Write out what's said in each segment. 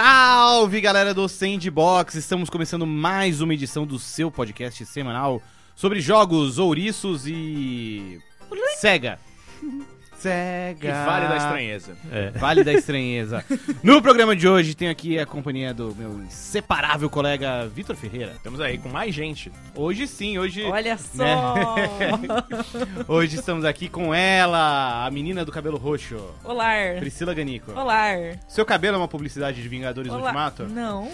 Salve galera do Sandbox! Estamos começando mais uma edição do seu podcast semanal sobre jogos, ouriços e. Sega. Sega. Que vale Ah. da estranheza. Vale da estranheza. No programa de hoje tenho aqui a companhia do meu inseparável colega Vitor Ferreira. Estamos aí com mais gente. Hoje sim, hoje. Olha só! Hoje estamos aqui com ela, a menina do cabelo roxo, Olá! Priscila Ganico. Olá! Seu cabelo é uma publicidade de Vingadores Olá. Ultimato? Não.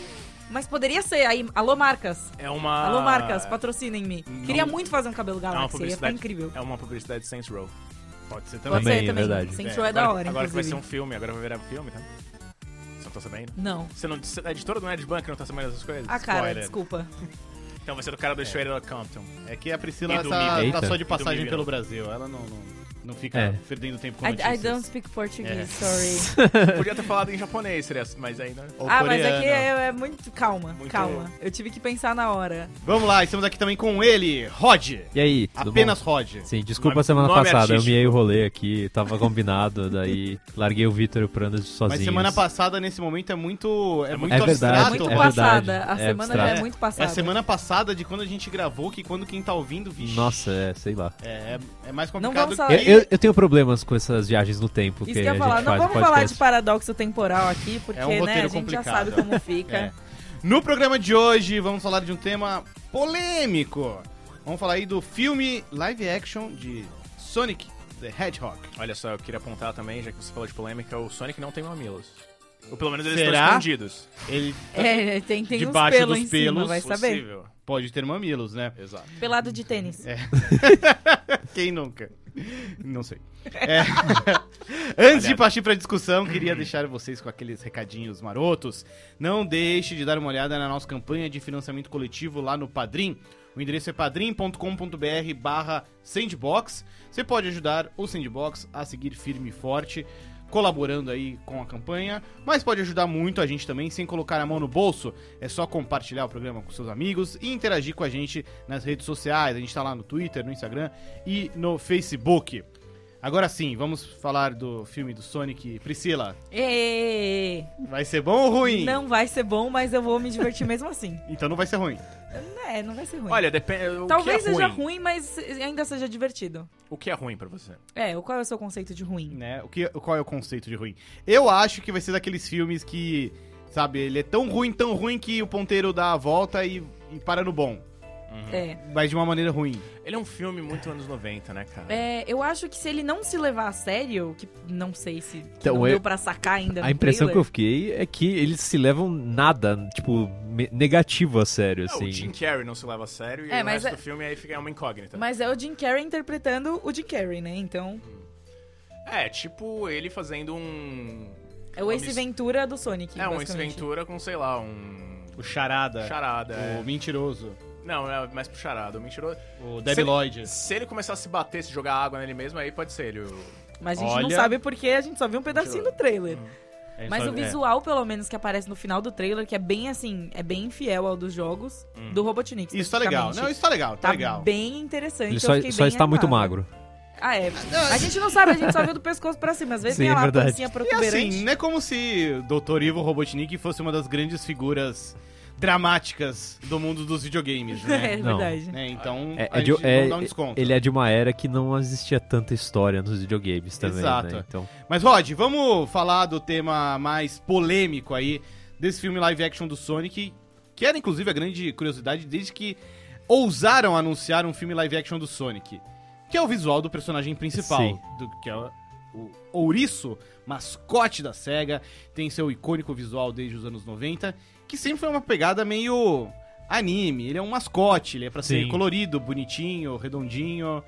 Mas poderia ser aí. Alô, Marcas! É uma. Ah. Alô, Marcas, patrocinem-me. Queria muito fazer um cabelo é uma galáxia, ia ficar publicidade. incrível. É uma publicidade de Saints Row. Pode ser Pode também. ser é também. verdade. Sem É, show é da agora- hora, Agora que vai ser inclusive. um filme, agora vai virar filme, tá? Você não tá sabendo? Não. Você não. você- é A editora do Nerdbank não tá sabendo dessas coisas? Ah, cara, um Spoiler. desculpa. Então vai ser do cara do Shredder Compton. É que a Priscila E do tá, Mibi. tá só Eita. de E do passagem Mibi, pelo não. Brasil. Ela não, não, não fica É. perdendo tempo com I, I notícias. don't speak É. Portuguese, sorry. Podia ter falado em japonês, seria, mas aí não. Ou ah, mas coreano. aqui é, é muito. Calma, Muito- calma. Eu tive que pensar na hora. É Vamos lá, estamos aqui também com ele, Rod. E aí, tudo Apenas é bom? Rod. Sim, desculpa Nome- a semana nome passada, eu artístico. miei o rolê aqui, tava combinado, daí larguei o Vitor e o Prandas sozinhos. Mas semana passada, nesse momento, é muito, é muito é abstrato. verdade, muito é passada. verdade. A É semana já é abstrato. muito É passada. a semana passada de quando a gente gravou que quando quem tá ouvindo, vixe. Nossa, é, sei lá. É, é- é mais Não complicado que- vamos falar- Eu, eu- eu tenho problemas com essas viagens no tempo Ah, Isso que, que eu a ia falar. gente Não faz vamos no falar de podcast. paradoxo temporal aqui, porque, É um né, a roteiro gente já complicado. sabe como fica. É. No programa de hoje, vamos falar de um tema polêmico. Vamos falar aí do filme live action de Sonic the Hedgehog. Olha só, eu queria apontar também, já que você falou de polêmica, o Sonic não tem mamilos. Ou pelo menos eles Será? estão escondidos. Ele É, tem, tem uns Debaixo pelos dos em cima, pelos, vai saber. Possível. pode ter mamilos, né? Exato. Pelado de É. tênis. Quem nunca? Não sei. É. Antes de partir para a discussão, queria deixar vocês com aqueles recadinhos marotos. Não deixe de dar uma olhada na nossa campanha de financiamento coletivo lá no Padrim. O endereço é padrim.com.br barra sandbox. Você pode ajudar o Sandbox a seguir firme e forte, colaborando aí com a campanha, mas pode ajudar muito a gente também sem colocar a mão no bolso. É só compartilhar o programa com seus amigos e interagir com a gente nas redes sociais. A gente tá lá no Twitter, no Instagram e no Facebook. Agora sim, vamos falar do filme do Sonic. Priscila, Ê, vai ser bom ou ruim? Não vai ser bom, mas eu vou me divertir mesmo assim. Então não vai ser ruim. É, não vai ser ruim. Olha, depende. o Talvez que é seja ruim, mas ainda seja divertido. O que é ruim pra você? É, o- qual é o seu conceito de ruim? né? O que, qual é o conceito de ruim? Eu acho que vai ser daqueles filmes que, sabe, ele é tão ruim, tão ruim que o ponteiro dá a volta e, e para no bom. Uhum. É. Mas de uma maneira ruim. Ele é um filme muito anos 90, né, cara? É, eu acho que se ele não se levar a sério, que não sei se que Então, não eu- deu pra sacar ainda. no A impressão que trailer, eu fiquei é que eles se levam nada, tipo, me- negativo a sério, É, assim. o Jim Carrey não se leva a sério e É, o mas resto é- do filme aí fica uma incógnita. Mas é o Jim Carrey interpretando o Jim Carrey, né? Então, Uhum. É, tipo ele fazendo um. é o uma Ace mis- Ventura do Sonic. É, um Ace basicamente. Ventura com, sei lá, um. O Charada, Charada. é. o Mentiroso, Não, é mais pro charada. O mentiroso. o Debi Lloyd. Se ele começar a se bater, se jogar água nele mesmo, aí pode ser ele. o- Mas a gente não Olha. sabe porque, a gente só viu um pedacinho do trailer. É, Mas o visual, pelo menos, que aparece no final do trailer, que é bem assim, é bem fiel ao dos jogos do Robotnik. Hum. Isso tá legal. especificamente. Não, isso tá legal, tá, tá legal. bem interessante. Ele eu só, fiquei só bem está muito animada. magro. Ah, é. A gente não sabe, a gente só viu do pescoço pra cima. Às vezes Sim, tem é lá a verdade. pancinha E protuberante. assim, não é como se o Dr. Ivo Robotnik fosse uma das grandes figuras dramáticas do mundo dos videogames, né? É Não. verdade. Né, Então, É- a é de- gente não é- dá um desconto. Ele é de uma era que não existia tanta história nos videogames também, Exato. né? Então, Mas, Rod, vamos falar do tema mais polêmico aí desse filme live action do Sonic, que era inclusive a grande curiosidade desde que ousaram anunciar um filme live action do Sonic, que é o visual do personagem principal, Sim. do que é o o ouriço, mascote da SEGA, tem seu icônico visual desde os anos 90, que sempre foi uma pegada meio anime, ele é um mascote, ele é pra ser Sim. colorido, bonitinho, redondinho,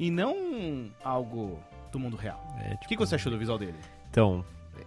e não algo do mundo real. é, O tipo, que, que você achou do visual dele? Então,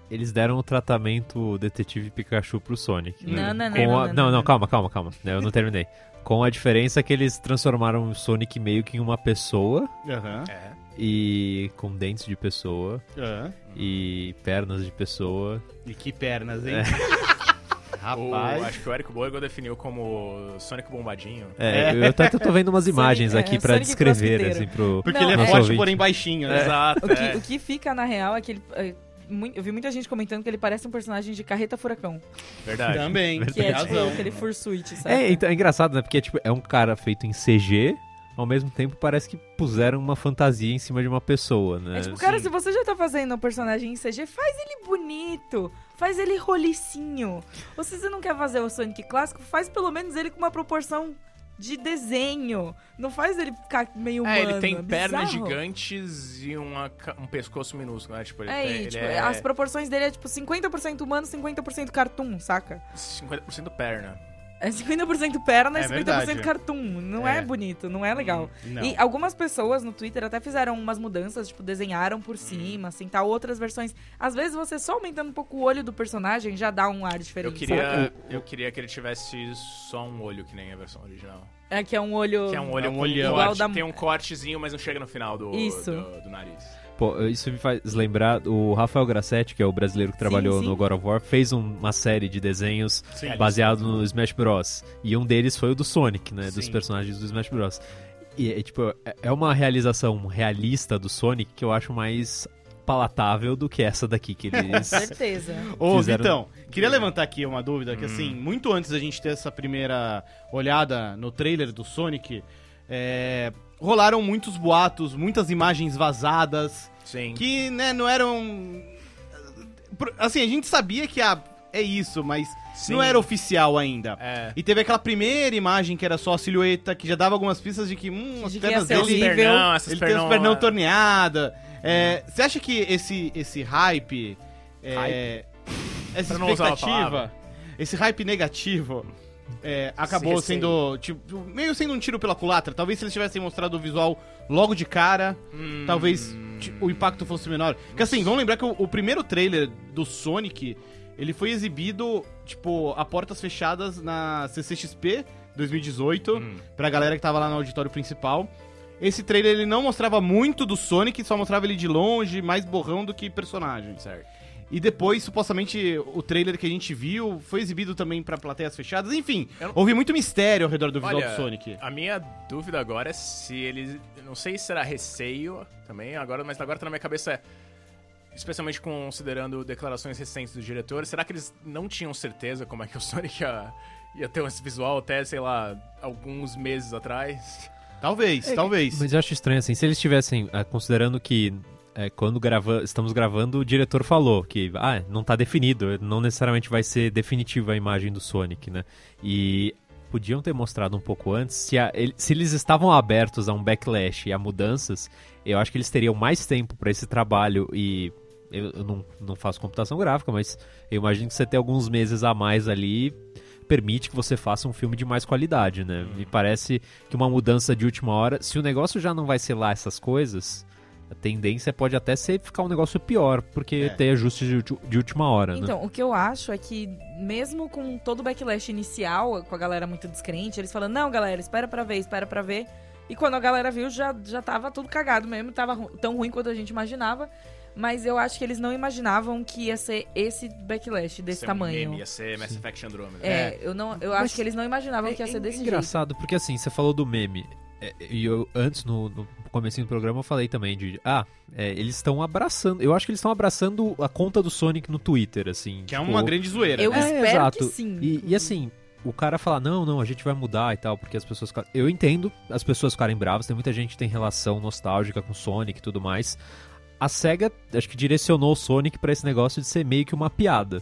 eles deram o tratamento detetive Pikachu pro Sonic. Não, não, né? não, Com não, não, a- não, não. não, calma, calma, calma. Né, Eu não terminei. Com a diferença que eles transformaram o Sonic meio que em uma pessoa Aham. É. e com dentes de pessoa Aham. e pernas de pessoa. É. E que pernas, hein? É. O- Rapaz. acho que o Érico Borgo definiu como Sonic Bombadinho. É, eu até tô vendo umas imagens Sonic- é, aqui pra Sonic descrever crossfiteiro. assim pro Porque Não, ele é é- forte, Ouvinte. porém baixinho, né? Exato. O que, é. o que fica, na real, é que ele, eh, mui- eu vi muita gente comentando que ele parece um personagem de Carreta Furacão. Verdade. Também, Que é tem tipo razão. aquele fursuit, sabe? É, então, é engraçado, né? Porque tipo, é um cara feito em CG, ao mesmo tempo parece que puseram uma fantasia em cima de uma pessoa, né? É tipo, cara, Assim, se você já tá fazendo um personagem em CG, faz ele bonito, faz ele rolicinho. Ou se você não quer fazer o Sonic clássico, faz pelo menos ele com uma proporção de desenho. Não faz ele ficar meio humano. É, ele tem é pernas bizarro. gigantes e uma ca- um pescoço minúsculo, né? Tipo, ele, É, tem, e, ele tipo, é as proporções dele é tipo 50% humano, 50% cartoon, saca? 50% perna. É 50% perna e É 50% verdade. cartoon. Não é. É. bonito, não é legal. Não. E algumas pessoas no Twitter até fizeram umas mudanças, tipo, desenharam Uhum. por cima, assim, tal, outras versões. Às vezes você só aumentando um pouco o olho do personagem já dá um ar diferente. Eu queria, saca? eu queria que ele tivesse só um olho, que nem a versão original. É que é um olho. Que é um olho É um com olhão. corte, Igual da- tem um cortezinho, mas não chega no final do, Isso. do, do nariz. Pô, isso me faz lembrar, o Rafael Grassetti, que é o brasileiro que trabalhou sim. É no God of War, fez um- uma série de desenhos Sim. baseado no Smash Bros. E um deles foi o do Sonic, né? Dos Sim. personagens do Smash Bros. E, é, tipo, é- é uma realização realista do Sonic que eu acho mais palatável do que essa daqui que eles... Certeza. Ô, Fizeram- Vitão, queria levantar aqui uma dúvida, que assim, muito antes da gente ter essa primeira olhada no trailer do Sonic, é, rolaram muitos boatos, muitas imagens vazadas, Sim. que, né, não eram... Pro- Assim, a gente sabia que a... é isso, mas Sim. não era oficial ainda. É. E teve aquela primeira imagem que era só a silhueta, que já dava algumas pistas de que, hum, as De que ia pernas ser dele... horrível. Pernão, essas Ele tem os pernão- é. pernão torneada. É, você acha que esse, esse hype, é, essa Pra não usar a expectativa, palavra. esse hype negativo, é, acabou Sim, sim. sendo tipo, meio sendo um tiro pela culatra? Talvez se eles tivessem mostrado o visual logo de cara, Hum, talvez ti- o impacto fosse menor. Porque assim, vamos lembrar que o, o primeiro trailer do Sonic, ele foi exibido, tipo, a portas fechadas na CCXP 2018 hum. pra galera que tava lá no auditório principal. Esse trailer ele não mostrava muito do Sonic, só mostrava ele de longe, mais borrão do que personagem. Certo. E depois, supostamente, o trailer que a gente viu foi exibido também pra plateias fechadas. Enfim, Eu não- houve muito mistério ao redor do visual Olha, do Sonic. A minha dúvida agora é se eles. eu Não sei se será receio também, agora, mas agora tá na minha cabeça é. Especialmente considerando declarações recentes do diretor, será que eles não tinham certeza como é que o Sonic ia, ia ter esse visual até, sei lá, alguns meses atrás? Talvez, talvez. Mas eu acho estranho, assim, se eles tivessem, ah, considerando que eh, quando grava estamos gravando, o diretor falou que ah, não tá definido, não necessariamente vai ser definitiva a imagem do Sonic, né? E podiam ter mostrado um pouco antes, se, a- ele- se eles estavam abertos a um backlash e a mudanças, eu acho que eles teriam mais tempo pra esse trabalho e. Eu eu não, não faço computação gráfica, mas eu imagino que você ter alguns meses a mais ali permite que você faça um filme de mais qualidade, né? Me parece que uma mudança de última hora, se o negócio já não vai ser lá essas coisas, a tendência pode até ser ficar um negócio pior, porque É. tem ajustes de, ulti- de última hora, né? Então, o que eu acho é que, mesmo com todo o backlash inicial, com a galera muito descrente, eles falam, não, galera, espera pra ver, espera pra ver. E quando a galera viu, já, já tava tudo cagado mesmo, tava ru- tão ruim quanto a gente imaginava. Mas eu acho que eles não imaginavam que ia ser esse backlash desse Ia ser um tamanho. meme, Ia ser Mass Effect Andromeda. É, eu, não, eu acho que eles não imaginavam é que ia ser desse jeito. é engraçado, porque assim, você falou do meme. é, E eu, antes, no, no comecinho do programa, eu falei também de. Ah, é, eles estão abraçando. Eu acho que eles estão abraçando a conta do Sonic no Twitter, assim. Que é tipo, uma grande zoeira. Eu né? É, espero que exato. sim. E, Uhum. e assim, o cara fala, não, não, a gente vai mudar e tal, porque as pessoas... ficaram-" Eu entendo as pessoas ficarem bravas, tem muita gente que tem relação nostálgica com Sonic e tudo mais. A SEGA, acho que direcionou o Sonic pra esse negócio de ser meio que uma piada.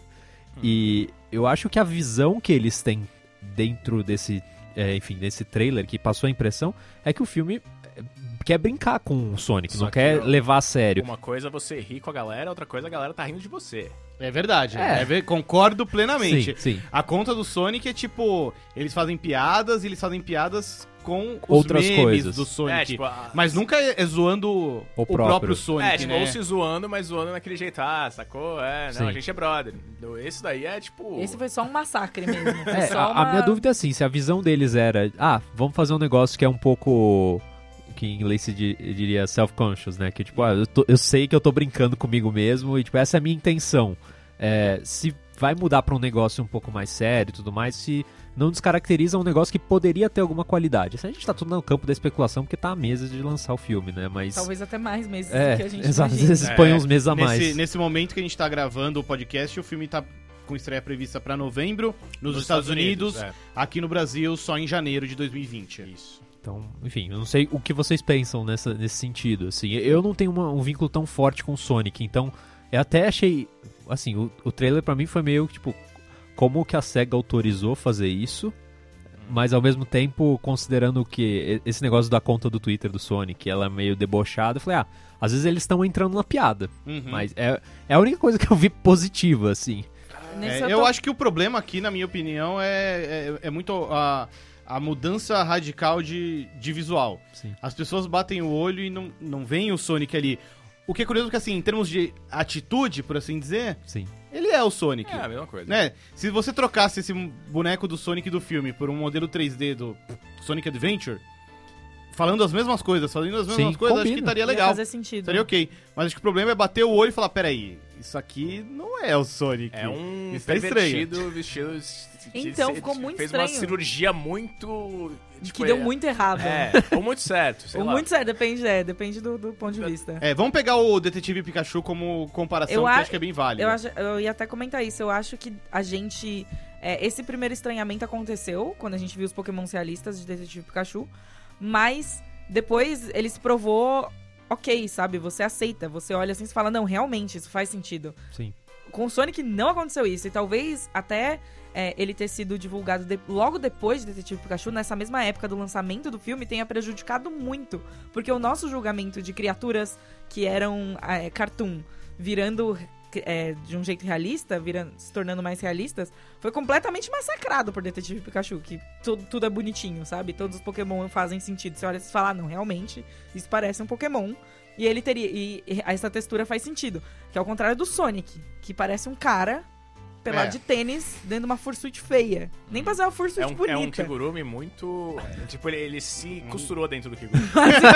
Uhum. E eu acho que a visão que eles têm dentro desse, é, enfim, desse trailer que passou a impressão é que o filme é, quer brincar com o Sonic, Só não que quer eu- levar a sério. Uma coisa é você rir com a galera, outra coisa é a galera tá rindo de você. É verdade. É. é ver- concordo Sim, plenamente. sim. A conta do Sonic é tipo, eles fazem piadas e eles fazem piadas com os Outras memes coisas. do Sonic. É, tipo, a- Mas nunca é é zoando o, próprio. próprio Sonic, é, tipo, né? ou se zoando, mas zoando naquele jeito, ah, sacou? É, não, Sim. a gente é brother. Esse daí é tipo. Esse foi só um massacre mesmo. Foi É, só a, a uma- minha dúvida é assim, se a visão deles era, ah, vamos fazer um negócio que é um pouco que em inglês se di- diria self-conscious, né? Que tipo, ah, eu, tô- eu sei que eu tô brincando comigo mesmo e tipo, essa é a minha intenção. É, se vai mudar pra um negócio um pouco mais sério e tudo mais, se não descaracteriza um negócio que poderia ter alguma qualidade. Assim, a gente tá tudo no campo da especulação porque tá há meses de lançar o filme, né? Mas. Talvez até mais meses é, do que a gente exato, às imagina. vezes põe uns meses a mais. Nesse, nesse momento que a gente tá gravando o podcast, o filme tá com estreia prevista pra novembro nos, Estados, Unidos, é. aqui no Brasil só em janeiro de 2020. Isso. Então, enfim, eu não sei o que vocês pensam nessa, nesse sentido, assim. Eu não tenho uma- um vínculo tão forte com o Sonic, então eu até achei, assim, o, o trailer pra mim foi meio, tipo, como que a SEGA autorizou fazer isso, mas ao mesmo tempo, considerando que e- esse negócio da conta do Twitter do Sonic, ela é meio debochada, eu falei, ah, às vezes eles estão entrando na piada, Uhum. mas é, é a única coisa que eu vi positiva, assim. Nesse É, eu eu tô- acho que o problema aqui, na minha opinião, é, é, é muito a, a mudança radical de, de visual. Sim. As pessoas batem o olho e não, não veem o Sonic ali. O que é curioso porque, assim, em termos de atitude, por assim dizer, Sim. ele é o Sonic. É a mesma coisa. Né? Se você trocasse esse boneco do Sonic do filme por um modelo 3D do Sonic Adventure, falando as mesmas coisas, fazendo as mesmas Sim, coisas, acho combina. que estaria ia legal. fazer sentido. Estaria ok. Mas acho que o problema é bater o olho e falar, peraí, isso aqui não é o Sonic. É um Isso tá estranho. pervertido vestido... de- Então, de- ficou de- muito fez estranho. uma cirurgia muito... tipo, que deu é- muito errado. É, ou muito certo, sei Ou lá. muito sério, depende, é, depende do, do ponto de vista. É, vamos pegar o Detetive Pikachu como comparação, Eu que eu a- acho que é bem válido. Eu, acho, eu ia até comentar isso. Eu acho que a gente. é, esse primeiro estranhamento aconteceu quando a gente viu os Pokémon realistas de Detetive Pikachu. Mas depois ele se provou ok, sabe? Você aceita, você olha assim e fala: não, realmente, isso faz sentido. Sim. Com o Sonic não aconteceu isso. E talvez até é, ele ter sido divulgado de- logo depois de Detetive Pikachu, nessa mesma época do lançamento do filme, tenha prejudicado muito. Porque o nosso julgamento de criaturas que eram é, cartoon virando é, de um jeito realista, virando, se tornando mais realistas, foi completamente massacrado por Detetive Pikachu, que tudo, tudo é bonitinho, sabe? Todos os Pokémon fazem sentido. Você olha e você fala, "Ah, não, realmente, isso parece um Pokémon. E ele teria. E e essa textura faz sentido. Que é ao contrário do Sonic, que parece um cara pelado É. de tênis dentro de uma fursuit feia. Nem pra fazer uma fursuit É um, é um bonita. kigurumi muito... Tipo, ele, ele se Hum. costurou dentro do kigurumi.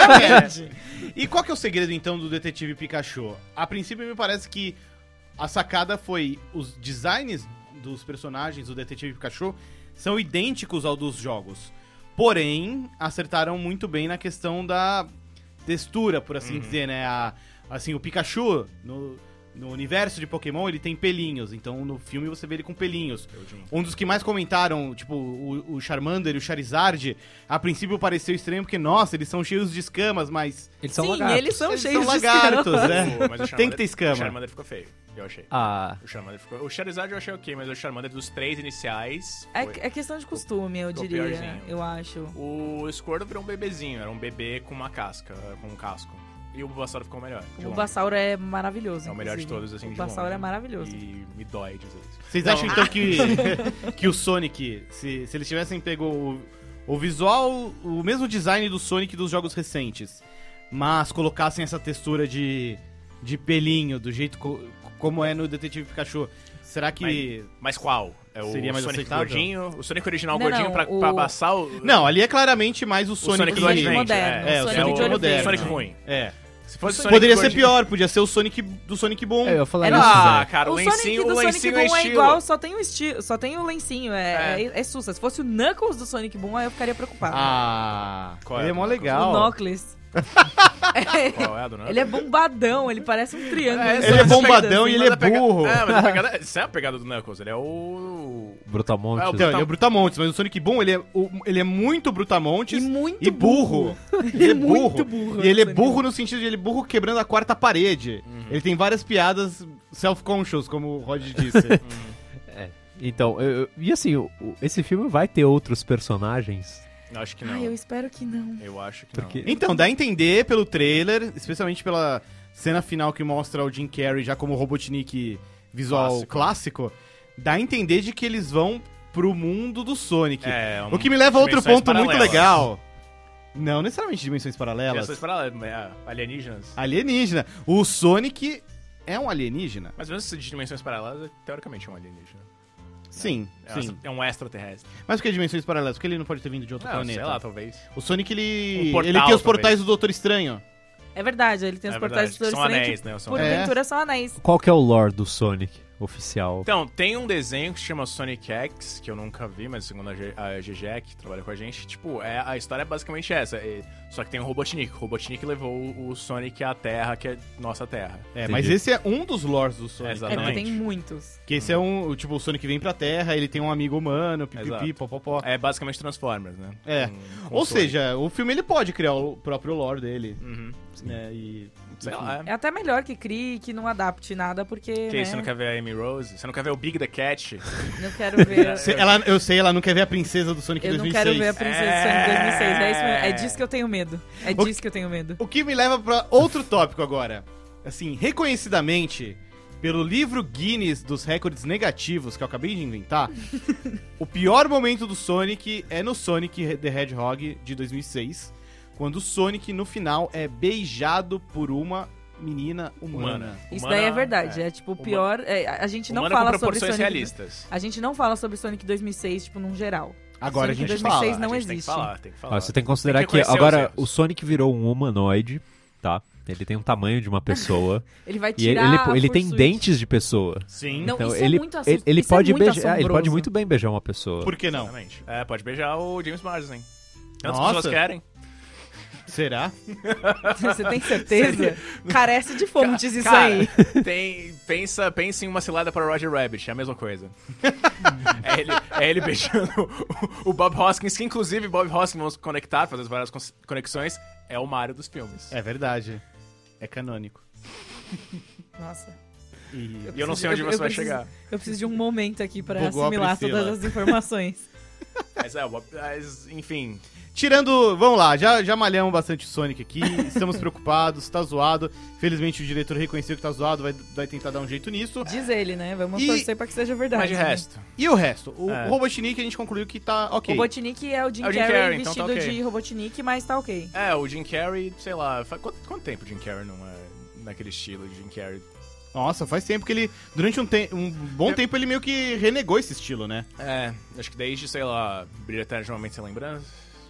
E qual que é o segredo, então, do Detetive Pikachu? A princípio, me parece que a sacada foi os designs dos personagens do Detetive Pikachu são idênticos ao dos jogos. Porém, acertaram muito bem na questão da textura, por assim dizer, né? A- assim, o Pikachu, no, no universo de Pokémon, ele tem pelinhos. Então, no filme, você vê ele com pelinhos. Um dos que mais comentaram, tipo, o, o Charmander e o Charizard, a princípio pareceu estranho porque, nossa, eles são cheios de escamas, mas Eles são Sim, lagartos. eles são eles cheios são de escamas. lagartos, né? O- mas o Tem que Charmander- ter escama. O Charmander ficou feio, eu achei. Ah, O Charmander ficou... O Charizard eu achei ok, mas o Charmander dos três iniciais... É, foi- é questão de costume, eu Ficou diria. piorzinho. Eu acho. O Squirtle virou um bebezinho, era um bebê com uma casca, com um casco. E o Bulbasaur ficou o melhor. de O longe. Bulbasaur é maravilhoso. É o melhor de inclusive. todos, assim, O de Bulbasaur longe. é maravilhoso. E me dói dizer isso. Vocês Não, acham então que, que o Sonic, se, se eles tivessem pego o, o visual, o mesmo design do Sonic dos jogos recentes, mas colocassem essa textura de, de pelinho, do jeito co- como é no Detetive Pikachu, será que. Mas qual? É o Seria mais Sonic aceitável? gordinho? O Sonic original Não, gordinho não, pra, o- pra abaçar o... Não, ali é claramente mais o o Sonic, Sonic, do do Sonic anime. Adventure. moderno, é, o Sonic de olho verde. Sonic ruim. É. Se fosse o Sonic Poderia ser gordinho- pior, podia ser o Sonic do Sonic Bom. é, eu falaria isso, Ah, Zé. cara, o, o Sonic lencinho, do o Sonic lencinho é Boom é, estilo. igual, só tem o estilo, só tem o lencinho, é, é. é sussa. Se fosse o Knuckles do Sonic Boom, aí eu ficaria preocupado. Ah, Qual é ele é do mó Knuckles? legal. O Knuckles. Qual é a do Knuckles? ele é bombadão, ele parece um triângulo. É, nas ele é suas bombadão pernas, e Mas ele é a pega- burro. É, mas a pegada... Isso é a pegada do Knuckles, ele é o... Brutamontes. É, o Então, ele é o Brutamontes, mas o Sonic Boom, ele é, o- ele é muito Brutamontes. E tipo, muito E burro. Ele é burro. muito burro, E ele é né? burro no sentido de ele é burro quebrando a quarta parede. Ele tem várias piadas self-conscious, como o Rod disse. Então, eu- eu- e assim, o- o- esse filme vai ter outros personagens? Não, acho que não. Ai, eu espero que não. Eu acho que Porque- então, dá a entender pelo trailer, especialmente pela cena final que mostra o Jim Carrey já como Robotnik visual clássico, dá a entender de que eles vão pro mundo do Sonic. não. É, um- o que me leva a outro dimensões ponto muito paralelas. legal. Não necessariamente dimensões paralelas. Dimensões paralelas, é, alienígenas. Alienígena. O Sonic é um alienígena? Mas mesmo se de dimensões paralelas, é, teoricamente é um alienígena. Sim, É, sim. um- é um extraterrestre. assim, Mas por que é dimensões paralelas? Porque ele não pode ter vindo de outro Ah, planeta. sei lá, talvez. O Sonic, ele. Um portal, ele tem os talvez. portais do Doutor Estranho. É verdade, ele tem os É portais verdade, que do são Doutor Estranho anéis, que, né, são Por anéis. aventura são anéis. Qual que é o lore do Sonic? oficial. Então, tem um desenho que se chama Sonic X, que eu nunca vi, mas segundo a, G a GG, que trabalha com a gente, tipo, é, a história é basicamente essa. e- só que tem o Robotnik. O Robotnik levou o Sonic à Terra, que é nossa Terra. É, mas Entendi. esse é um dos lores do Sonic. É, porque Exatamente. tem muitos. Que esse é um. o- Tipo, o Sonic vem pra Terra, ele tem um amigo humano, pipipi, Exato. popopó. É basicamente Transformers, né? É. Com- com Ou o Sonic. seja, o filme ele pode criar o próprio lore dele, Uhum. né? E. Sei enfim. lá. É até melhor que crie, que não adapte nada, porque. Que né, isso, você não quer ver a Amy Rose? Você não quer ver o Big the Cat? não quero É. ver. Se- ela, eu sei, ela não quer ver a princesa do Sonic Eu não 2006. quero ver a Princesa do Sonic É. 2006. É, isso mesmo. é disso que eu tenho medo. É O- disso que eu tenho medo. O que me leva pra outro tópico agora. Assim, reconhecidamente, pelo livro Guinness dos recordes negativos que eu acabei de inventar, o pior momento do Sonic é no Sonic the Hedgehog de 2006, quando o Sonic no final é beijado por uma menina humana. Humana. Isso daí é verdade. É, tipo, o pior. é, a a gente não fala com sobre proporções Sonic. realistas. A gente não fala sobre Sonic 2006, tipo, num geral. Agora Sonic a gente 2006 fala. Ah, a não gente Tem que existe. falar, tem que falar. Ó, Ah, você tem que considerar Tem que que, reconhecer os agora erros. o Sonic virou um humanoide, tá? Ele tem um tamanho de uma pessoa. Ele vai e ele, tirar. a ele tem fursuit. dentes de pessoa. Sim. Não, Então isso é ele, muito assust- ele, ele isso é pode muito beijar, ele pode assombroso. muito bem beijar uma pessoa. Por que não? Exatamente. É, pode beijar o James Marsden. Tantas Nossa. pessoas querem. Será? Você tem certeza? Carece de fontes isso Cara, aí. Tem, pensa, pensa em uma cilada para Roger Rabbit, é a mesma coisa. é, ele, é ele beijando o, o Bob Hoskins, que inclusive Bob Hoskins, vamos conectar, fazer várias cons- conexões, é o Mario dos filmes. É verdade. É canônico. Nossa. E- E eu não sei onde preciso- você vai preciso- chegar. Eu preciso de um momento aqui pra Bugou a assimilar Priscila. todas as informações. Mas é, o Bob- mas, enfim, Tirando, vamos lá, já, já malhamos bastante o Sonic aqui, estamos preocupados, tá zoado. Felizmente o diretor reconheceu que tá zoado, vai, vai tentar dar um jeito nisso. Diz ele, né? Vamos E- torcer pra que seja verdade. mas de né? resto. E o resto? O É. Robotnik a gente concluiu que tá ok. Robotnik é o Jim, É o Jim Carrey, Carrey, então vestido tá ok. de Robotnik, mas tá ok. É, o Jim Carrey, sei lá, faz, quanto, quanto tempo o Jim Carrey não é naquele estilo de Jim Carrey? Nossa, faz tempo que ele, durante um, te- um bom Eu- tempo, ele meio que renegou esse estilo, né? É, acho que desde, sei lá, Brilha Eternamente Sem Lembrança.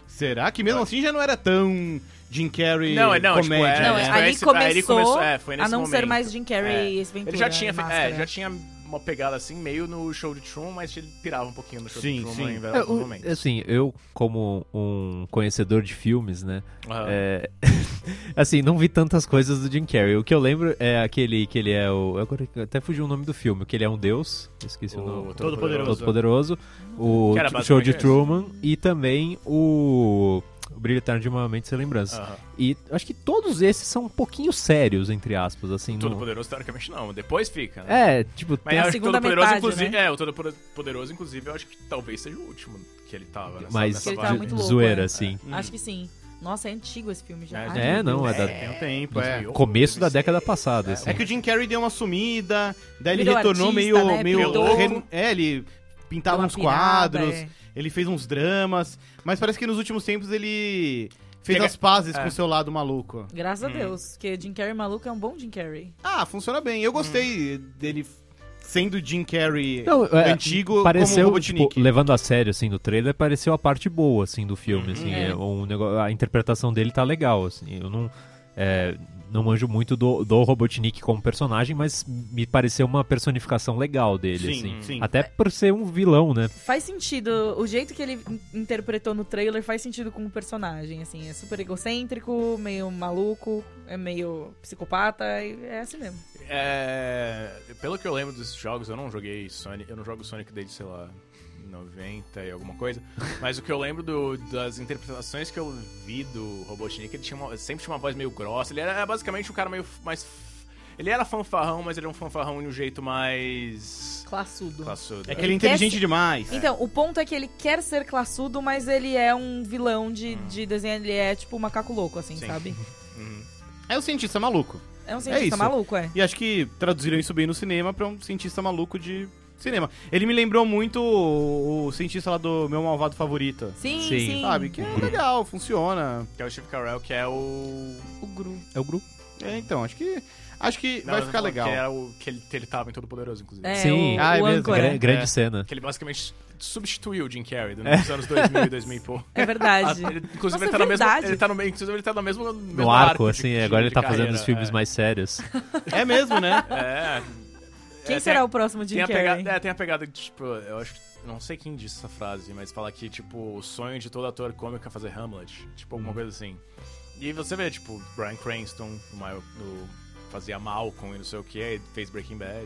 Será que mesmo assim já não era tão Jim Carrey Não, é- não, tipo, comédia, É, não, né? é- ali, esse- começou aí ele começou- é, foi a nesse não ser momento. É. mais Jim Carrey e esse Ventura. Ele né, já tinha, fe- Máscara. é, já tinha uma pegada assim, meio no show de Truman, mas ele pirava um pouquinho no show Sim, de Truman sim. em É, vários o- momentos. assim, eu, como um conhecedor de filmes, né? Aham. É, assim, não vi tantas coisas do Jim Carrey. O que eu lembro é aquele que ele é o. Agora até fugiu o nome do filme, que ele é um deus. Esqueci o, nome. Todo-Poderoso. Todo-Poderoso. O Que era Show basicamente de esse. Truman e também o. O Brilho Eterno de Uma Mente Sem Lembrança. Aham. E acho que todos esses são um pouquinho sérios, entre aspas, assim. não- Todo Poderoso, teoricamente, não. Depois fica, né? É, tipo, Mas Tem eu a acho que o segunda Todo Poderoso, metade, inclusive. né? É, o Todo Poder- Poderoso, inclusive, eu acho que talvez seja o último que é ele tava nessa, mas nessa ele tava vibe. de- muito louco, zoeira, é. assim. Acho que sim. Nossa, é antigo esse filme já. Hum. É, Ai, já- meu É, não, Deus. é da, Tem um tempo, é. começo da década passada, assim. É que o Jim Carrey deu uma sumida, daí ele Virou retornou artista, meio. né? meio Pintou. re- É, ele pintava Deu uma uns pirada, quadros, é. ele fez uns dramas, mas parece que nos últimos tempos ele fez Chega- as pazes é. com o seu lado maluco. Graças Hum. a Deus, porque Jim Carrey maluco é um bom Jim Carrey. Ah, funciona bem. Eu gostei dele f- sendo Jim Carrey Não, é, antigo como pareceu, Robotnik. tipo, levando a sério, assim, do trailer, pareceu a parte boa, assim, do filme, Uhum. assim, É. é um negócio, a interpretação dele tá legal, assim, eu não, é, não manjo muito do, do Robotnik como personagem, mas me pareceu uma personificação legal dele, sim, assim, sim. até por ser um vilão, né, Faz sentido, o jeito que ele in- interpretou no trailer faz sentido com o personagem, assim, é super egocêntrico, meio maluco, é meio psicopata, e é assim mesmo. É, pelo que eu lembro desses jogos, eu não joguei Sonic, eu não jogo Sonic desde, sei lá, 90 e alguma coisa. Mas o que eu lembro do- das interpretações que eu vi do Robotnik, ele tinha uma- sempre tinha uma voz meio grossa, ele era basicamente um cara meio f- mais... f- Ele era fanfarrão, mas ele era um fanfarrão de um jeito mais... Classudo. classudo. É que ele é Ele quer inteligente ser- demais. Então, o ponto é que ele quer ser classudo, mas ele é um vilão de, de desenho, ele é tipo um macaco louco, assim, Hum. Sim. sabe? Uhum. É o cientista maluco. É um cientista isso. maluco, é. E acho que traduziram isso bem no cinema pra um cientista maluco de cinema. Ele me lembrou muito o, o cientista lá do meu malvado favorito. Sim, sim. Sim. Sabe? Que Uhum. é legal, funciona. Que é o Steve Carell, que é o... O Gru. é o grupo. É, então, acho que. Acho que Não, vai eu ficar tô falando legal. Que, era o, que, ele, que ele tava em Todo Poderoso, inclusive. É, Sim. o, Ah, é o mesmo, âncora. né? grande É. cena. Que ele basicamente substituiu o Jim Carrey né, nos anos 2000 e 2000 e pouco. É verdade. Ah, Ele, inclusive, Nossa, é ele tá no mesmo. verdade. Ele tá no, meio- inclusive, ele tá no mesmo. No, No mesmo arco, de- assim, de- agora de ele tá fazendo carreira, os é. filmes mais sérios. É mesmo, né? É. Quem é, será tem- o próximo Jim tem a Carrey? pegada, é, tem a pegada que, tipo, eu acho que. Não sei quem disse essa frase, mas fala que, tipo, o sonho de todo ator cômico é fazer Hamlet. Tipo, Hum. alguma coisa assim. E você vê, tipo, Brian Cranston no, Ma- no- fazia Malcolm e não sei o que, e fez Breaking Bad.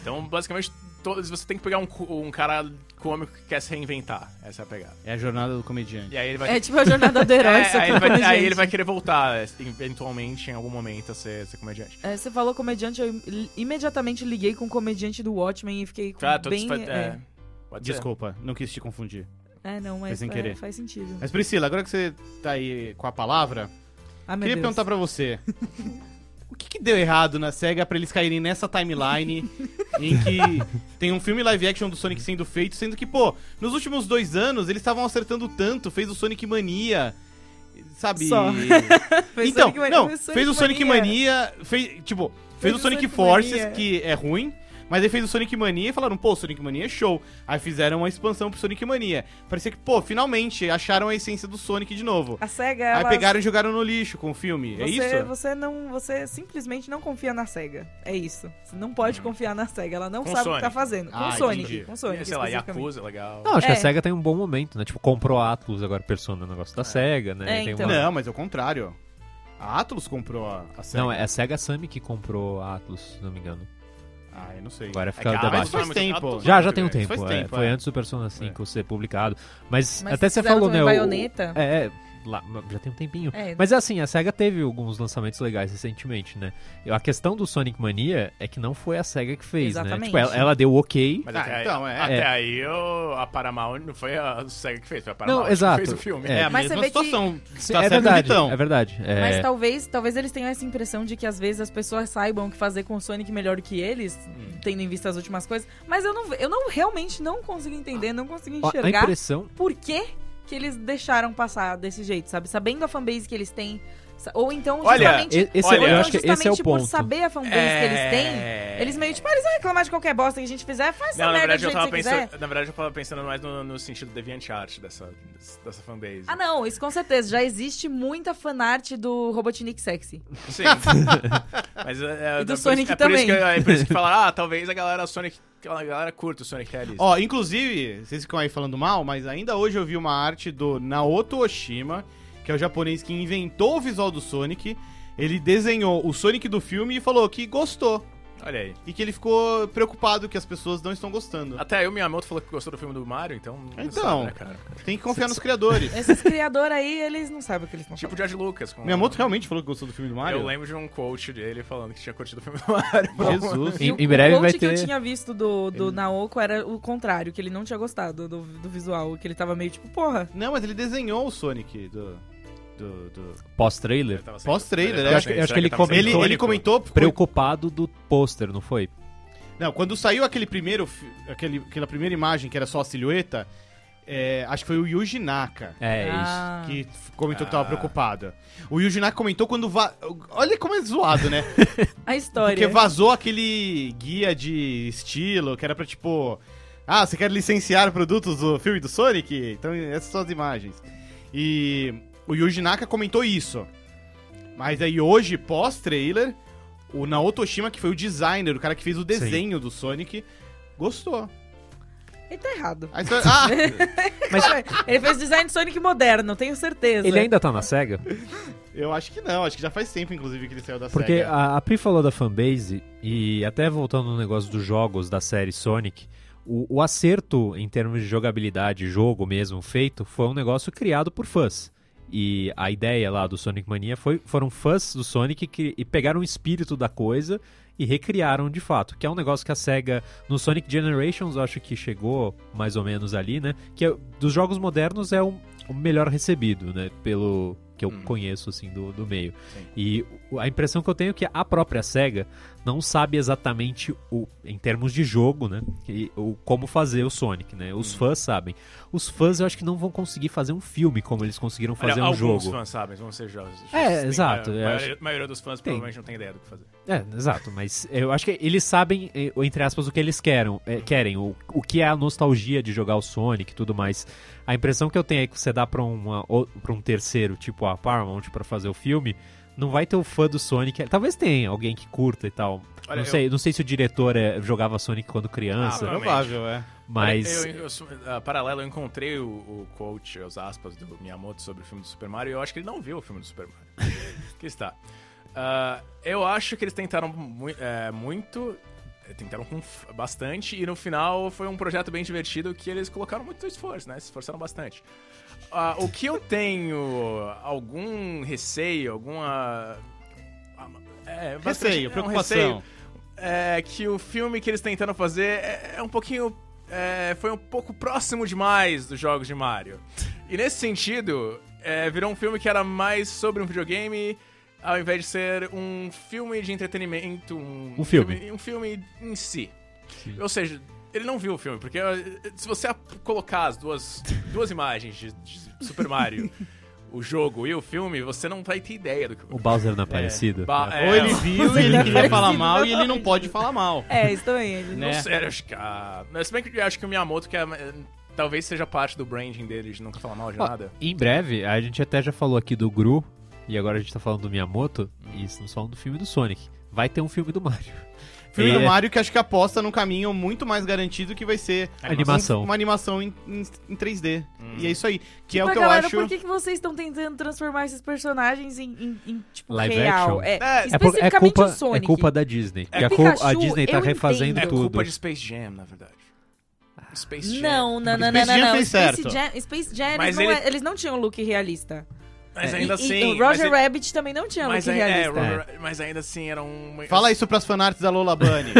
então, basicamente, todos, você tem que pegar um, co- um cara cômico que quer se reinventar. Essa é a pegada. É a jornada do comediante. E aí ele vai. É tipo a jornada do herói, É, só que aí, ele vai, comediante. aí ele vai querer voltar, é, eventualmente, em algum momento, a ser, ser comediante. É, você falou comediante, eu im- imediatamente liguei com o comediante do Watchmen e fiquei com Ah, todos bem... fa- é, é, pode ser. Desculpa, não quis te confundir. é, não, Foi mas sem é, querer. faz sentido. Mas Priscila, agora que você tá aí com a palavra, Ah, meu queria Deus. perguntar pra você. O que, que deu errado na SEGA pra eles caírem nessa timeline em que tem um filme live action do Sonic sendo feito, sendo que, pô, nos últimos dois anos eles estavam acertando tanto, fez o Sonic Mania, sabe? Só. Fez então, Sonic Mania- não, fez o Sonic Mania, fez, tipo, fez, o Sonic, Forces, Mania. que é ruim, mas aí fez o Sonic Mania e falaram, pô, o Sonic Mania é show. Aí fizeram uma expansão pro Sonic Mania. Parecia que, pô, finalmente acharam a essência do Sonic de novo. A SEGA, Aí ela... pegaram e jogaram no lixo com o filme, É, Você, é isso? Você, não, você simplesmente não confia na SEGA. É isso. Você não pode confiar na SEGA. Ela não Hum. Com sabe o que Sonic. tá fazendo. Com Ah, Sonic. entendi. Com Sonic. Sei lá, especificamente. Yakuza, é legal. Não, acho que É. a SEGA tem um bom momento, né? Tipo, comprou a Atlus agora, Persona, o negócio da SEGA, né? É, Tem então. uma- Não, mas é o contrário. A Atlus comprou a, a SEGA. Não, é a SEGA Sammy que comprou a Atlus, se não me engano. Ah, eu não sei. Agora fica É que o mas a debate. Amazon é faz muito- tempo. Atlus é Já, muito já tem um grande. tempo. Faz é. tempo, Foi é. antes do Persona 5 ser publicado. Mas, Mas até você fizeram falou, né? também o- Bayonetta. É, é, lá, já tem um tempinho. É. Mas é assim, a SEGA teve alguns lançamentos legais recentemente, né? E A questão do Sonic Mania é que não foi a SEGA que fez, Exatamente. né? Tipo, ela, ela deu o ok. Mas Ah, até, então, é. aí, até É. aí eu- a Paramount não foi a SEGA que fez, foi a Paramount exato. que fez o filme. É É. a Mas você mesma vê que- situação. Sim, tá é, certo, verdade, então. é verdade, é Mas talvez, talvez eles tenham essa impressão de que às vezes as pessoas saibam o que fazer com o Sonic melhor que eles, Hum. tendo em vista as últimas coisas. Mas eu não, eu não realmente não consigo entender, não consigo Ó, A enxergar impressão por que, que eles deixaram passar desse jeito, sabe? Sabendo a fanbase que eles têm. sa- Ou então, Olha, justamente, e- esse- ou eu então acho que esse é o justamente por ponto. saber a É. fanbase que eles têm, eles meio tipo, ah, eles vão reclamar de qualquer bosta que a gente fizer, faz Não, essa na merda do verdade, eu jeito que tava você quiser. pensando, na verdade eu tava pensando mais no, no sentido DeviantArt dessa, dessa fanbase. Ah, não, isso com certeza. Já existe muita fanart do Robotnik sexy. Sim. Mas é, é, E do é por Sonic isso- é por isso também. que- é por isso que fala, ah, talvez a galera Sonic, a galera curta o Sonic Rally. Ó, inclusive, vocês ficam aí falando mal, mas ainda hoje eu vi uma arte do Naoto Oshima, que é o japonês que inventou o visual do Sonic. Ele desenhou o Sonic do filme e falou que gostou. Olha aí. E que ele ficou preocupado que as pessoas não estão gostando. Até aí o Miyamoto falou que gostou do filme do Mario, então... não Então. sabe, né, cara? Tem que confiar nos criadores. Esses criadores aí, eles não sabem o que eles estão Tipo o George Lucas. Com... é Miyamoto realmente falou que gostou do filme do Mario? Eu lembro de um quote dele falando que tinha curtido o filme do Mario. Jesus. em, O- em breve o vai coach que eu ter. tinha visto do, do Naoko era o contrário, que ele não tinha gostado do, do visual, que ele tava meio tipo, porra. Não, mas ele desenhou o Sonic do. do, do- Pós-trailer. Eu tava sem- Pós-trailer, tava né? sem- Eu acho que- eu acho será que ele eu tava sem Ele, Sonic, ele tônico? comentou. Preocupado do pôster, não foi? Não, quando saiu aquele primeiro. fi- Aquele, aquela primeira imagem que era só a silhueta, é, acho que foi o Yuji Naka. É, ah. que f- comentou que Ah. tava preocupado. O Yuji Naka comentou quando. Va... Olha como é zoado, né? A Porque história. vazou aquele guia de estilo que era pra tipo. Ah, você quer licenciar produtos do filme do Sonic? Então, essas são as imagens. E o Yuji Naka comentou isso. Mas aí hoje, pós-trailer, o Naoto Oshima, que foi o designer, o cara que fez o desenho do Sonic, gostou. Ele tá errado. Aí você- ah, isso. Mas Ele fez design de Sonic moderno, tenho certeza. ele ainda tá na SEGA? eu acho que não, acho que já faz tempo, inclusive, que ele saiu da Porque SEGA. a, a Pri falou da fanbase, e até voltando no negócio dos jogos da série Sonic, o, o acerto em termos de jogabilidade, jogo mesmo feito, foi um negócio criado por fãs. E a ideia lá do Sonic Mania foi, foram fãs do Sonic que, e pegaram o espírito da coisa e recriaram de fato, que é um negócio que a SEGA no Sonic Generations eu acho que chegou mais ou menos ali, né? Que é- dos jogos modernos é o, o melhor recebido, né? Pelo que eu Hum. conheço assim do, do meio. Sim. E o- a impressão que eu tenho é que a própria SEGA não sabe exatamente o, em termos de jogo, né? que- o, como fazer o Sonic, né? Uhum. Os fãs sabem. Os fãs eu acho que não vão conseguir fazer um filme como eles conseguiram fazer Olha, um jogo. Alguns fãs sabem, vão ser jogos. É, Tem- exato, A eu maioria, acho- a maioria dos fãs Tem. provavelmente não tem ideia do que fazer. É, exato, mas eu acho que eles sabem, eh, entre aspas, o que eles querem, eh, querem o, o que é a nostalgia de jogar o Sonic e tudo mais. um A impressão que eu tenho é que você dá pra, uma, ou- pra um terceiro, tipo a Paramount, pra fazer o filme, não vai ter o fã do Sonic. Talvez tenha alguém que curta e tal. Olha, não eu- sei, não sei se o diretor é, jogava Sonic quando criança, Ah, Provável, é. mas Eu, eu- eu- ah, paralelo, eu encontrei o, o coach, as aspas do Miyamoto sobre o filme do Super Mario e eu acho que ele não viu o filme do Super Mario. que está. Ah, eu acho que eles tentaram mu- é, muito, é, tentaram com f- bastante e no final foi um projeto bem divertido que eles colocaram muito esforço, né? Se esforçaram bastante. Ah, o que eu tenho algum receio, alguma. ah, É, basicamente, é Receio, um preocupação. receio é que o filme que eles tentaram fazer é, é um pouquinho. é, foi um pouco próximo demais dos jogos de Mario. E nesse sentido, é, virou um filme que era mais sobre um videogame, ao invés de ser um filme de entretenimento. Um, Um filme. Um filme em si. Ou seja, ele não viu o filme, porque eh, se você ap- colocar as duas, duas imagens de, de Super Mario, o jogo e o filme, você não vai ter ideia do que o Bowser não é parecido. Ba- é, Ou ele viu e ele queria parecido, falar mal e ele não exatamente. pode falar mal. É, isso também. Ele Né? Não sei, eu acho que. Ah, mas se bem que eu acho que o Miyamoto que é, eh, talvez seja parte do branding dele de nunca falar mal de Ó, nada. Em breve, a gente até já falou aqui do Gru, e agora a gente tá falando do Miyamoto, e estamos falando do filme do Sonic. Vai ter um filme do Mario. Filme É, do Mario que acho que aposta num caminho muito mais garantido que vai ser Animação. um- uma animação em, em- em 3D. E é isso aí. Que é o Mas, que eu Tipo galera, acho. por que, que vocês estão tentando transformar esses personagens em, em- em, tipo, Live real? action? É, É, por- é especificamente culpa, o é Sonic. culpa da Disney. É que a, cul- Pikachu, a Disney tá eu refazendo entendo. É tudo. culpa de Space Jam, na verdade. Space Jam. Não, não, não, não, Space não. Jam não. fez Space certo. Jam, Space Jam eles, Mas não ele- é- eles não tinham look realista. Mas E- ainda É, e, assim. o Roger mas, Rabbit também não tinha um mas, look ainda- é, realista. né? Roger- mas ainda assim era um. Fala isso pras fanarts da Lola Bunny.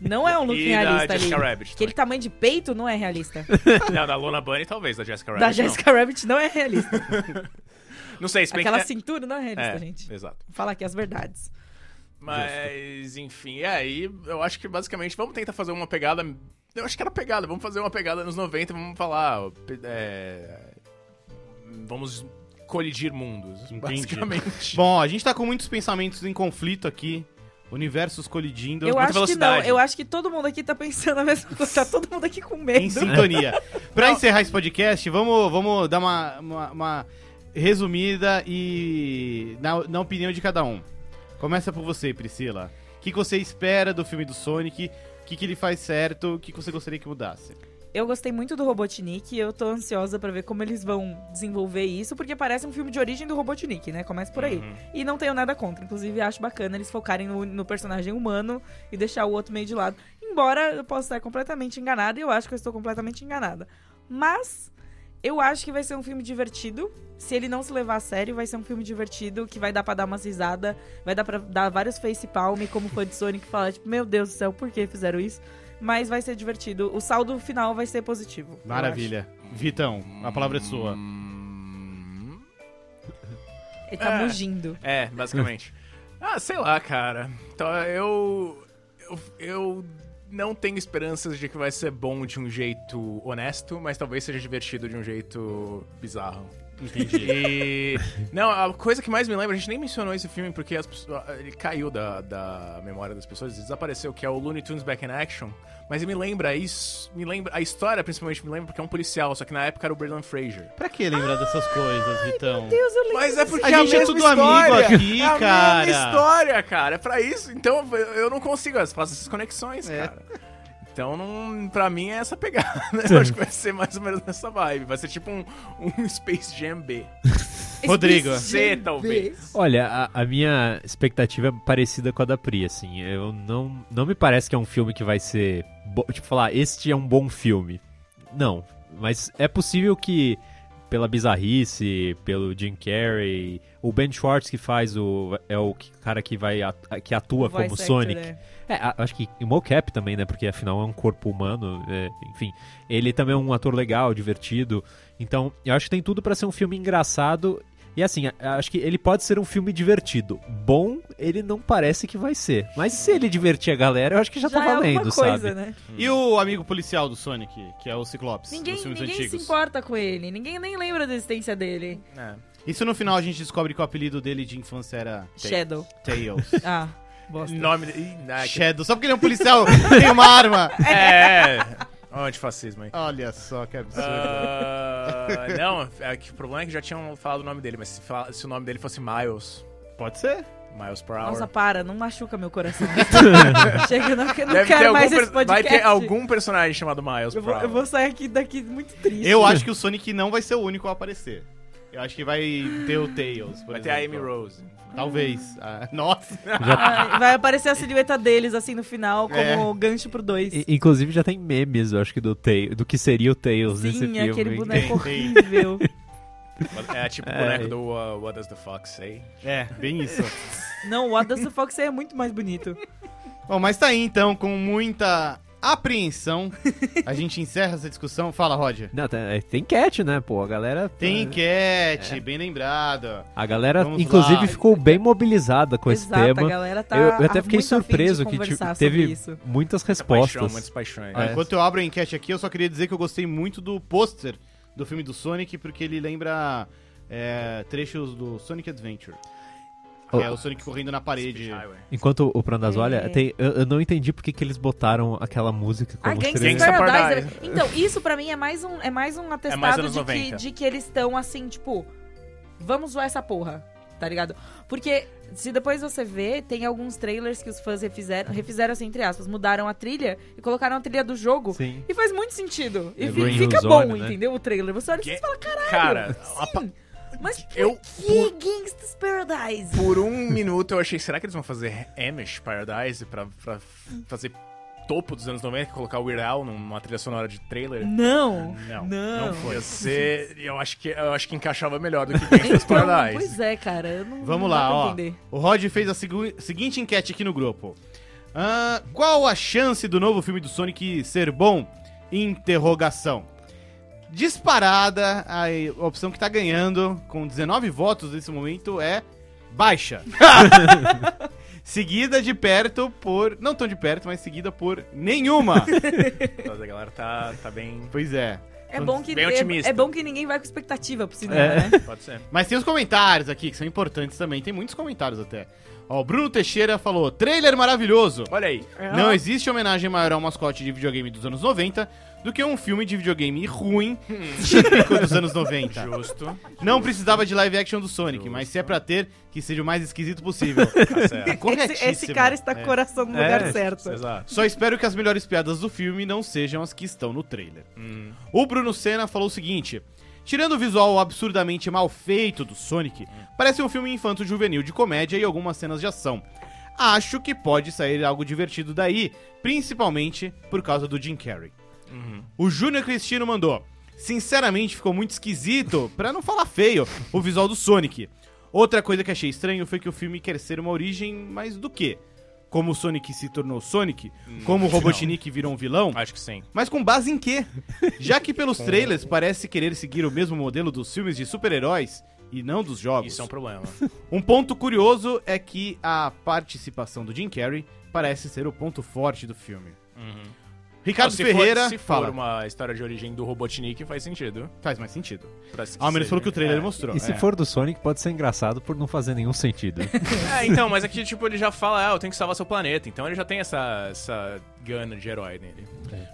Não é um look E da realista ali. Jessica Rabbit. Aquele tamanho de peito não é realista. também. Não, da Lona Bunny talvez, da Jessica Rabbit. da Jessica Rabbit não é realista. Não, não sei, se bem Aquela que. cintura não é realista, é, gente. Exato. Falar aqui as verdades. Mas, enfim, é, e aí eu acho que basicamente vamos tentar fazer uma pegada. Eu acho que era pegada, vamos fazer uma pegada nos 90 e vamos falar. ó, pe- é, vamos colidir mundos, Entendi. basicamente. Bom, a gente tá com muitos pensamentos em conflito aqui. Universos colidindo. Eu muita acho que não. velocidade. Eu acho que todo mundo aqui tá pensando a mesma coisa. Tá todo mundo aqui com medo. em sintonia. Pra encerrar esse podcast, vamos, vamos dar uma, uma- uma resumida e na, na opinião de cada um. Começa por você, Priscila. O que, que você espera do filme do Sonic? O que, que ele faz certo? O que, que você gostaria que mudasse? Eu gostei muito do Robotnik e eu tô ansiosa pra ver como eles vão desenvolver isso, porque parece um filme de origem do Robotnik, né? Começa por aí. E não tenho nada contra. Inclusive, acho bacana eles focarem no, no personagem humano e deixar o outro meio de lado. Embora eu possa estar completamente enganada, e eu acho que eu estou completamente enganada. Mas eu acho que vai ser um filme divertido. Se ele não se levar a sério, vai ser um filme divertido que vai dar pra dar umas risada, vai dar pra dar vários face palm, como foi de Sonic, falar tipo, meu Deus do céu, por que fizeram isso? Mas vai ser divertido. O saldo final vai ser positivo. eu Maravilha. Vitão, a palavra é sua. Hum, acho. Ele tá É. mugindo. É, basicamente. ah, sei lá, cara. Então, eu, eu. Eu não tenho esperanças de que vai ser bom de um jeito honesto, mas talvez seja divertido de um jeito bizarro. Entendi. E. Não, a coisa que mais me lembra, a gente nem mencionou esse filme porque as pessoas- ah, ele caiu da, da memória das pessoas, desapareceu, que é o Looney Tunes Back in Action. Mas me lembra isso. Me lembra. A história, principalmente, me lembra porque é um policial, só que na época era o Brendan Fraser. pra que lembrar dessas coisas, Vitão? Deus, eu lembro. Mas é porque A é gente é mesma tudo amigo história, aqui, é a cara. mesma história, cara. É pra isso. Então eu- eu não consigo, eu faço essas conexões, É. cara. Então, não, pra mim é essa pegada. Eu acho que vai ser mais ou menos nessa vibe. Vai ser tipo um, um Space Jam B. Rodrigo. C, talvez. Olha, a, a minha expectativa é parecida com a da Pri, assim. Eu não, não me parece que é um filme que vai ser. bo- Tipo, falar, este é um bom filme. Não. Mas é possível que, pela bizarrice, pelo Jim Carrey, o Ben Schwartz que faz o. é o que- cara que vai. at- que atua Voice como actor, Sonic. é. É, a- acho que em mocap também, né? Porque afinal é um corpo humano, é, enfim. Ele também é um ator legal, divertido. Então, eu acho que tem tudo pra ser um filme engraçado. E assim, a- acho que ele pode ser um filme divertido. Bom, ele não parece que vai ser. Mas se ele divertir a galera, eu acho que já, tá é alguma valendo, coisa, sabe? né? E o amigo policial do Sonic, que é o Ciclopes, Ninguém, dos filmes ninguém se antigos. importa com ele, ninguém nem lembra da existência dele. É. Isso no final a gente descobre que o apelido dele de infância era Shadow. Tails. Ah, bosta. Nome de... Ih, na- Shadow, só porque ele é um policial, tem uma arma. É, é. Ó, antifascismo aí. Olha só que absurdo. Ah, não, é que o problema é que já tinham falado o nome dele, mas se, fala- se o nome dele fosse Miles, Pode ser. Miles per hour. Nossa, para, não machuca meu coração. Chega, não, não Deve ter quero algum mais per- esse podcast. Vai ter algum personagem chamado Miles per eu, vou, hour. eu vou sair aqui daqui muito triste. Eu acho que o Sonic não vai ser o único a aparecer. Eu acho que vai ter o Tails, por Vai exemplo. ter a Amy Hum. É. Rose. Talvez. Ah, nossa. Ai, Vai aparecer a silhueta deles, assim, no final, como É. gancho pro dois. I- Inclusive já tem memes, eu acho que do, Tails, do que seria o Tails nesse Sim, filme. aquele boneco Tem, horrível. É tipo o É. boneco do uh, What Does the Fox Say? É, bem isso. Não, o What Does the Fox Say é muito mais bonito. Bom, mas tá aí então, com muita apreensão, a gente encerra essa discussão. Fala, Roger. Não, tem, tem cat, né, pô? A galera. Tem enquete, bem lembrada. A galera, Vamos inclusive, lá. ficou bem mobilizada com Exato, esse a tema. galera tá eu, eu até há fiquei muito afim de surpreso que conversar tipo, sobre teve isso. muitas Muita Paixão, respostas. muitas paixões. Ah, É. Enquanto eu abro a enquete aqui, eu só queria dizer que eu gostei muito do pôster do filme do Sonic, porque ele lembra é, trechos do Sonic Adventure. Que Oh. é o Sonic correndo na parede. Speed Highway. Enquanto o Prandas É. olha, tem- eu, eu não entendi porque que eles botaram aquela música como A Gangsta's trilha. Gangsta Paradise. Paradise. Então, isso pra mim é mais um, é mais um mais atestado anos de, que, 90. de que eles estão assim, tipo, vamos zoar essa porra, tá ligado? Porque se depois você vê, tem alguns trailers que os fãs refizeram, refizeram assim, entre aspas, mudaram a trilha e colocaram a trilha do jogo. Sim. E faz muito sentido. E fi- É, Green fica Hill bom, Zone, né? entendeu? O trailer. Você olha e Que- você fala, caralho. Cara, a pa- sim, mas por eu- que Gangsta's Paradise? por um minuto eu achei, será que eles vão fazer Amish Paradise pra, pra f- fazer topo dos anos 90 e colocar o Weird Al numa trilha sonora de trailer? Não. Não, Não. foi. Ia ser- eu, acho que, eu acho que encaixava melhor do que Gangsta's Então, Paradise. pois é, cara. eu não- não Vamos dá lá, pra ó. entender. O Rod fez a segu- seguinte enquete aqui no grupo. Ah, qual a chance do novo filme do Sonic ser bom? Interrogação. Disparada, a opção que tá ganhando, com 19 votos nesse momento, é baixa. seguida de perto por. Não tão de perto, mas seguida por nenhuma. Mas a galera tá, tá bem. pois é. É bom, que, Bem é, otimista. é bom que ninguém vai com expectativa pro cinema, É. né? Pode ser. Mas tem os comentários aqui, que são importantes também. Tem muitos comentários até. Ó, o Bruno Teixeira falou: trailer maravilhoso. Olha aí. Não existe homenagem maior ao mascote de videogame dos anos 90 do que um filme de videogame ruim típico dos anos 90. Justo. Não precisava de live action do Sonic, mas se é pra ter, que seja o mais esquisito possível. Tá certo. Esse, Corretíssimo. esse cara está com o coração no lugar É, certo. Exato. Só espero que as melhores piadas do filme não sejam as que estão no trailer. Hum. O Bruno Senna falou o seguinte: Tirando o visual absurdamente mal feito do Sonic, parece um filme infanto-juvenil de comédia e algumas cenas de ação. Acho que pode sair algo divertido daí, principalmente por causa do Jim Carrey. Uhum. O Júnior Cristino mandou: Sinceramente, ficou muito esquisito, pra não falar feio, o visual do Sonic. Outra coisa que achei estranho foi que o filme quer ser uma origem, mas do quê? Como o Sonic se tornou Sonic? Como o Robotnik virou um vilão? Acho que sim. Mas com base em quê? Já que pelos trailers parece querer seguir o mesmo modelo dos filmes de super-heróis e não dos jogos. Isso é um problema. Um ponto curioso é que a participação do Jim Carrey parece ser o ponto forte do filme. Uhum. Ricardo Não, se for- Ferreira se for fala, uma história de origem do Robotnik, faz sentido. faz mais sentido. Pra se- Ao menos pelo que o trailer é. mostrou. E se é. for do Sonic, pode ser engraçado por não fazer nenhum sentido. É, então, mas aqui, tipo, ele já fala, ah, eu tenho que salvar seu planeta. Então ele já tem essa, essa gana de herói nele.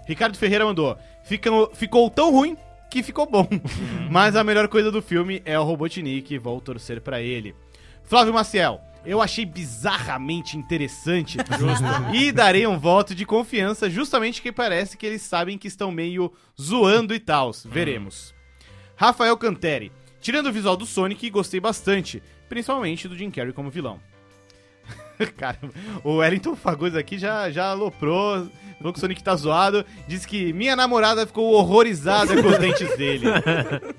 Ricardo Ferreira mandou, ficou, ficou tão ruim que ficou bom. Mas a melhor coisa do filme é o Robotnik, vou torcer pra ele. Flávio Maciel, eu achei bizarramente interessante e darei um voto de confiança, justamente que parece que eles sabem que estão meio zoando e tal. Veremos. Rafael Canteri, tirando o visual do Sonic, gostei bastante, principalmente do Jim Carrey como vilão. Cara, o Wellington Fagundes aqui já, já aloprou, falou que o Sonic tá zoado, disse que minha namorada ficou horrorizada com os dentes dele.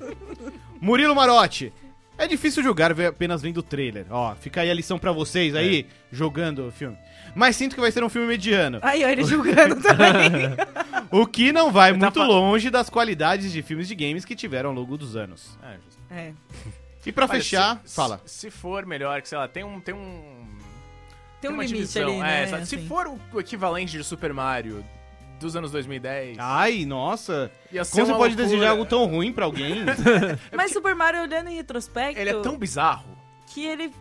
Murilo Marotti. É difícil julgar ve- apenas vendo o trailer. Ó, fica aí a lição pra vocês É. aí, jogando o filme. Mas sinto que vai ser um filme mediano, Aí, ó, ele julgando também. o que não vai Ele tá muito fa- longe das qualidades de filmes de games que tiveram ao longo dos anos. É, justo. É. E pra Olha, fechar, se- fala. Se for melhor, que sei lá, tem um. Tem um. Tem um uma limite divisão, ali, é, né? sabe? Se assim. for o o equivalente de Super Mario dos anos 2010. Ai, nossa. ia ser Ah, Como você é uma pode loucura. desejar algo tão ruim pra alguém? Mas Super Mario, olhando em retrospecto, Ele é tão bizarro. que ele,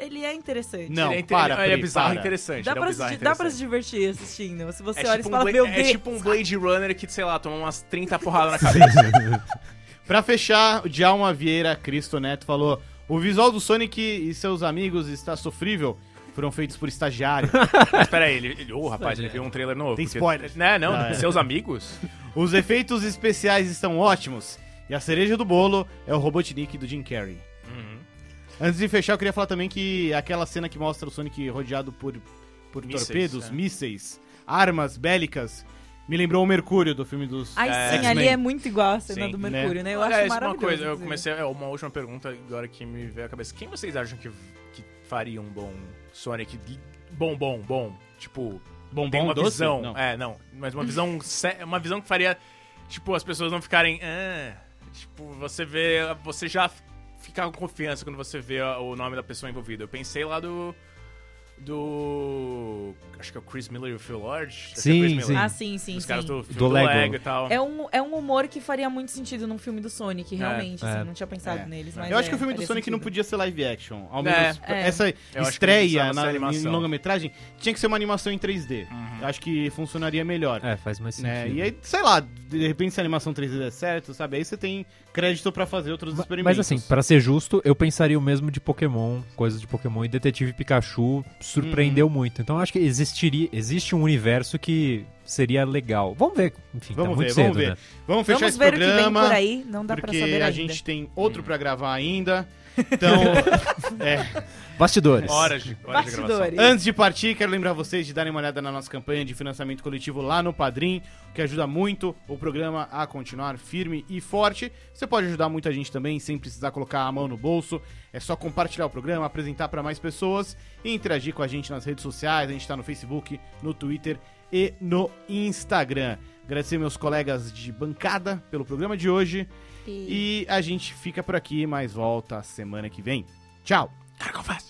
ele é interessante. Não, ele é, para, ele é Pri, bizarro para. interessante. ele Dá é um pra, bizarro se, dá pra se interessante. divertir assistindo. Se você É olha e tipo, um fala, Bla- meu é Deus. tipo um Blade Runner que, sei lá, toma umas 30 porradas na cabeça. Pra fechar, o Djalma Vieira Cristo Neto falou: O visual do Sonic e seus amigos está sofrível. Foram feitos por estagiário. Mas peraí, ele. ele- Ô, rapaz, ele viu um trailer novo. Tem porque- spoiler. Né, não, Ah, é. seus amigos? Os efeitos especiais estão ótimos. E a cereja do bolo é o Robotnik do Jim Carrey. Uhum. Antes de fechar, eu queria falar também que aquela cena que mostra o Sonic rodeado por, por Mísseis, torpedos, é. mísseis, armas bélicas, me lembrou o Mercúrio do filme um- dos. Ai, sim, X-Men. ali é muito igual a cena Sim, do né? Mercúrio, né? Eu acho Aliás, É, maravilhoso. uma coisa, eu inclusive. comecei. É uma última pergunta agora que me veio à cabeça. Quem vocês acham que, que faria um bom Sonic? Bom, bom, bom. Tipo, Bombom tem uma Um doce? visão. Não. É, não. Mas uma visão. sé- uma visão que faria. Tipo, as pessoas não ficarem. "Ah", tipo, você vê. Você já fica com confiança quando você vê a- o nome da pessoa envolvida. Eu pensei lá do. Do. Acho que é o Chris Miller e o Phil Lord. Acho que é Sim, Chris Miller. sim. Ah, sim, sim, Os sim. caras do, filme do Do Lego. Lego e tal. É um, é um humor que faria muito sentido num filme do Sonic, realmente. assim, é. não tinha pensado É. neles, Eu mas acho é, que o filme do faria Sonic não sentido. podia ser live action. Ao É. menos É. essa que estreia precisava na, ser animação. em longa-metragem tinha que ser uma animação em 3D. Eu acho que funcionaria melhor. É, faz mais sentido. né? E aí, sei lá, de repente se a animação 3D der certo, sabe? Aí você tem crédito pra fazer outros Ma- experimentos. Mas assim, pra ser justo, eu pensaria o mesmo de Pokémon, coisas de Pokémon e Detetive Pikachu surpreendeu muito. Então eu acho que existiria, existe um universo que seria legal. Vamos ver, enfim, tá Vamos muito ver, cedo, vamos ver. né? Vamos fechar Vamos esse ver o que vem programa. por aí, não dá pra Porque saber a ainda. gente tem outro pra gravar ainda. Então, é, Bastidores. Horas de, horas de gravação. Bastidores. Antes de partir, quero lembrar vocês de darem uma olhada na nossa campanha de financiamento coletivo lá no Padrim, que ajuda muito o programa a continuar firme e forte. Você pode ajudar muita gente também sem precisar colocar a mão no bolso. É só compartilhar o programa, apresentar para mais pessoas e interagir com a gente nas redes sociais. A gente está no Facebook, no Twitter e no Instagram. Agradecer meus colegas de bancada pelo programa de hoje. E a gente fica por aqui, mas volta semana que vem. Tchau! Cara, confesso.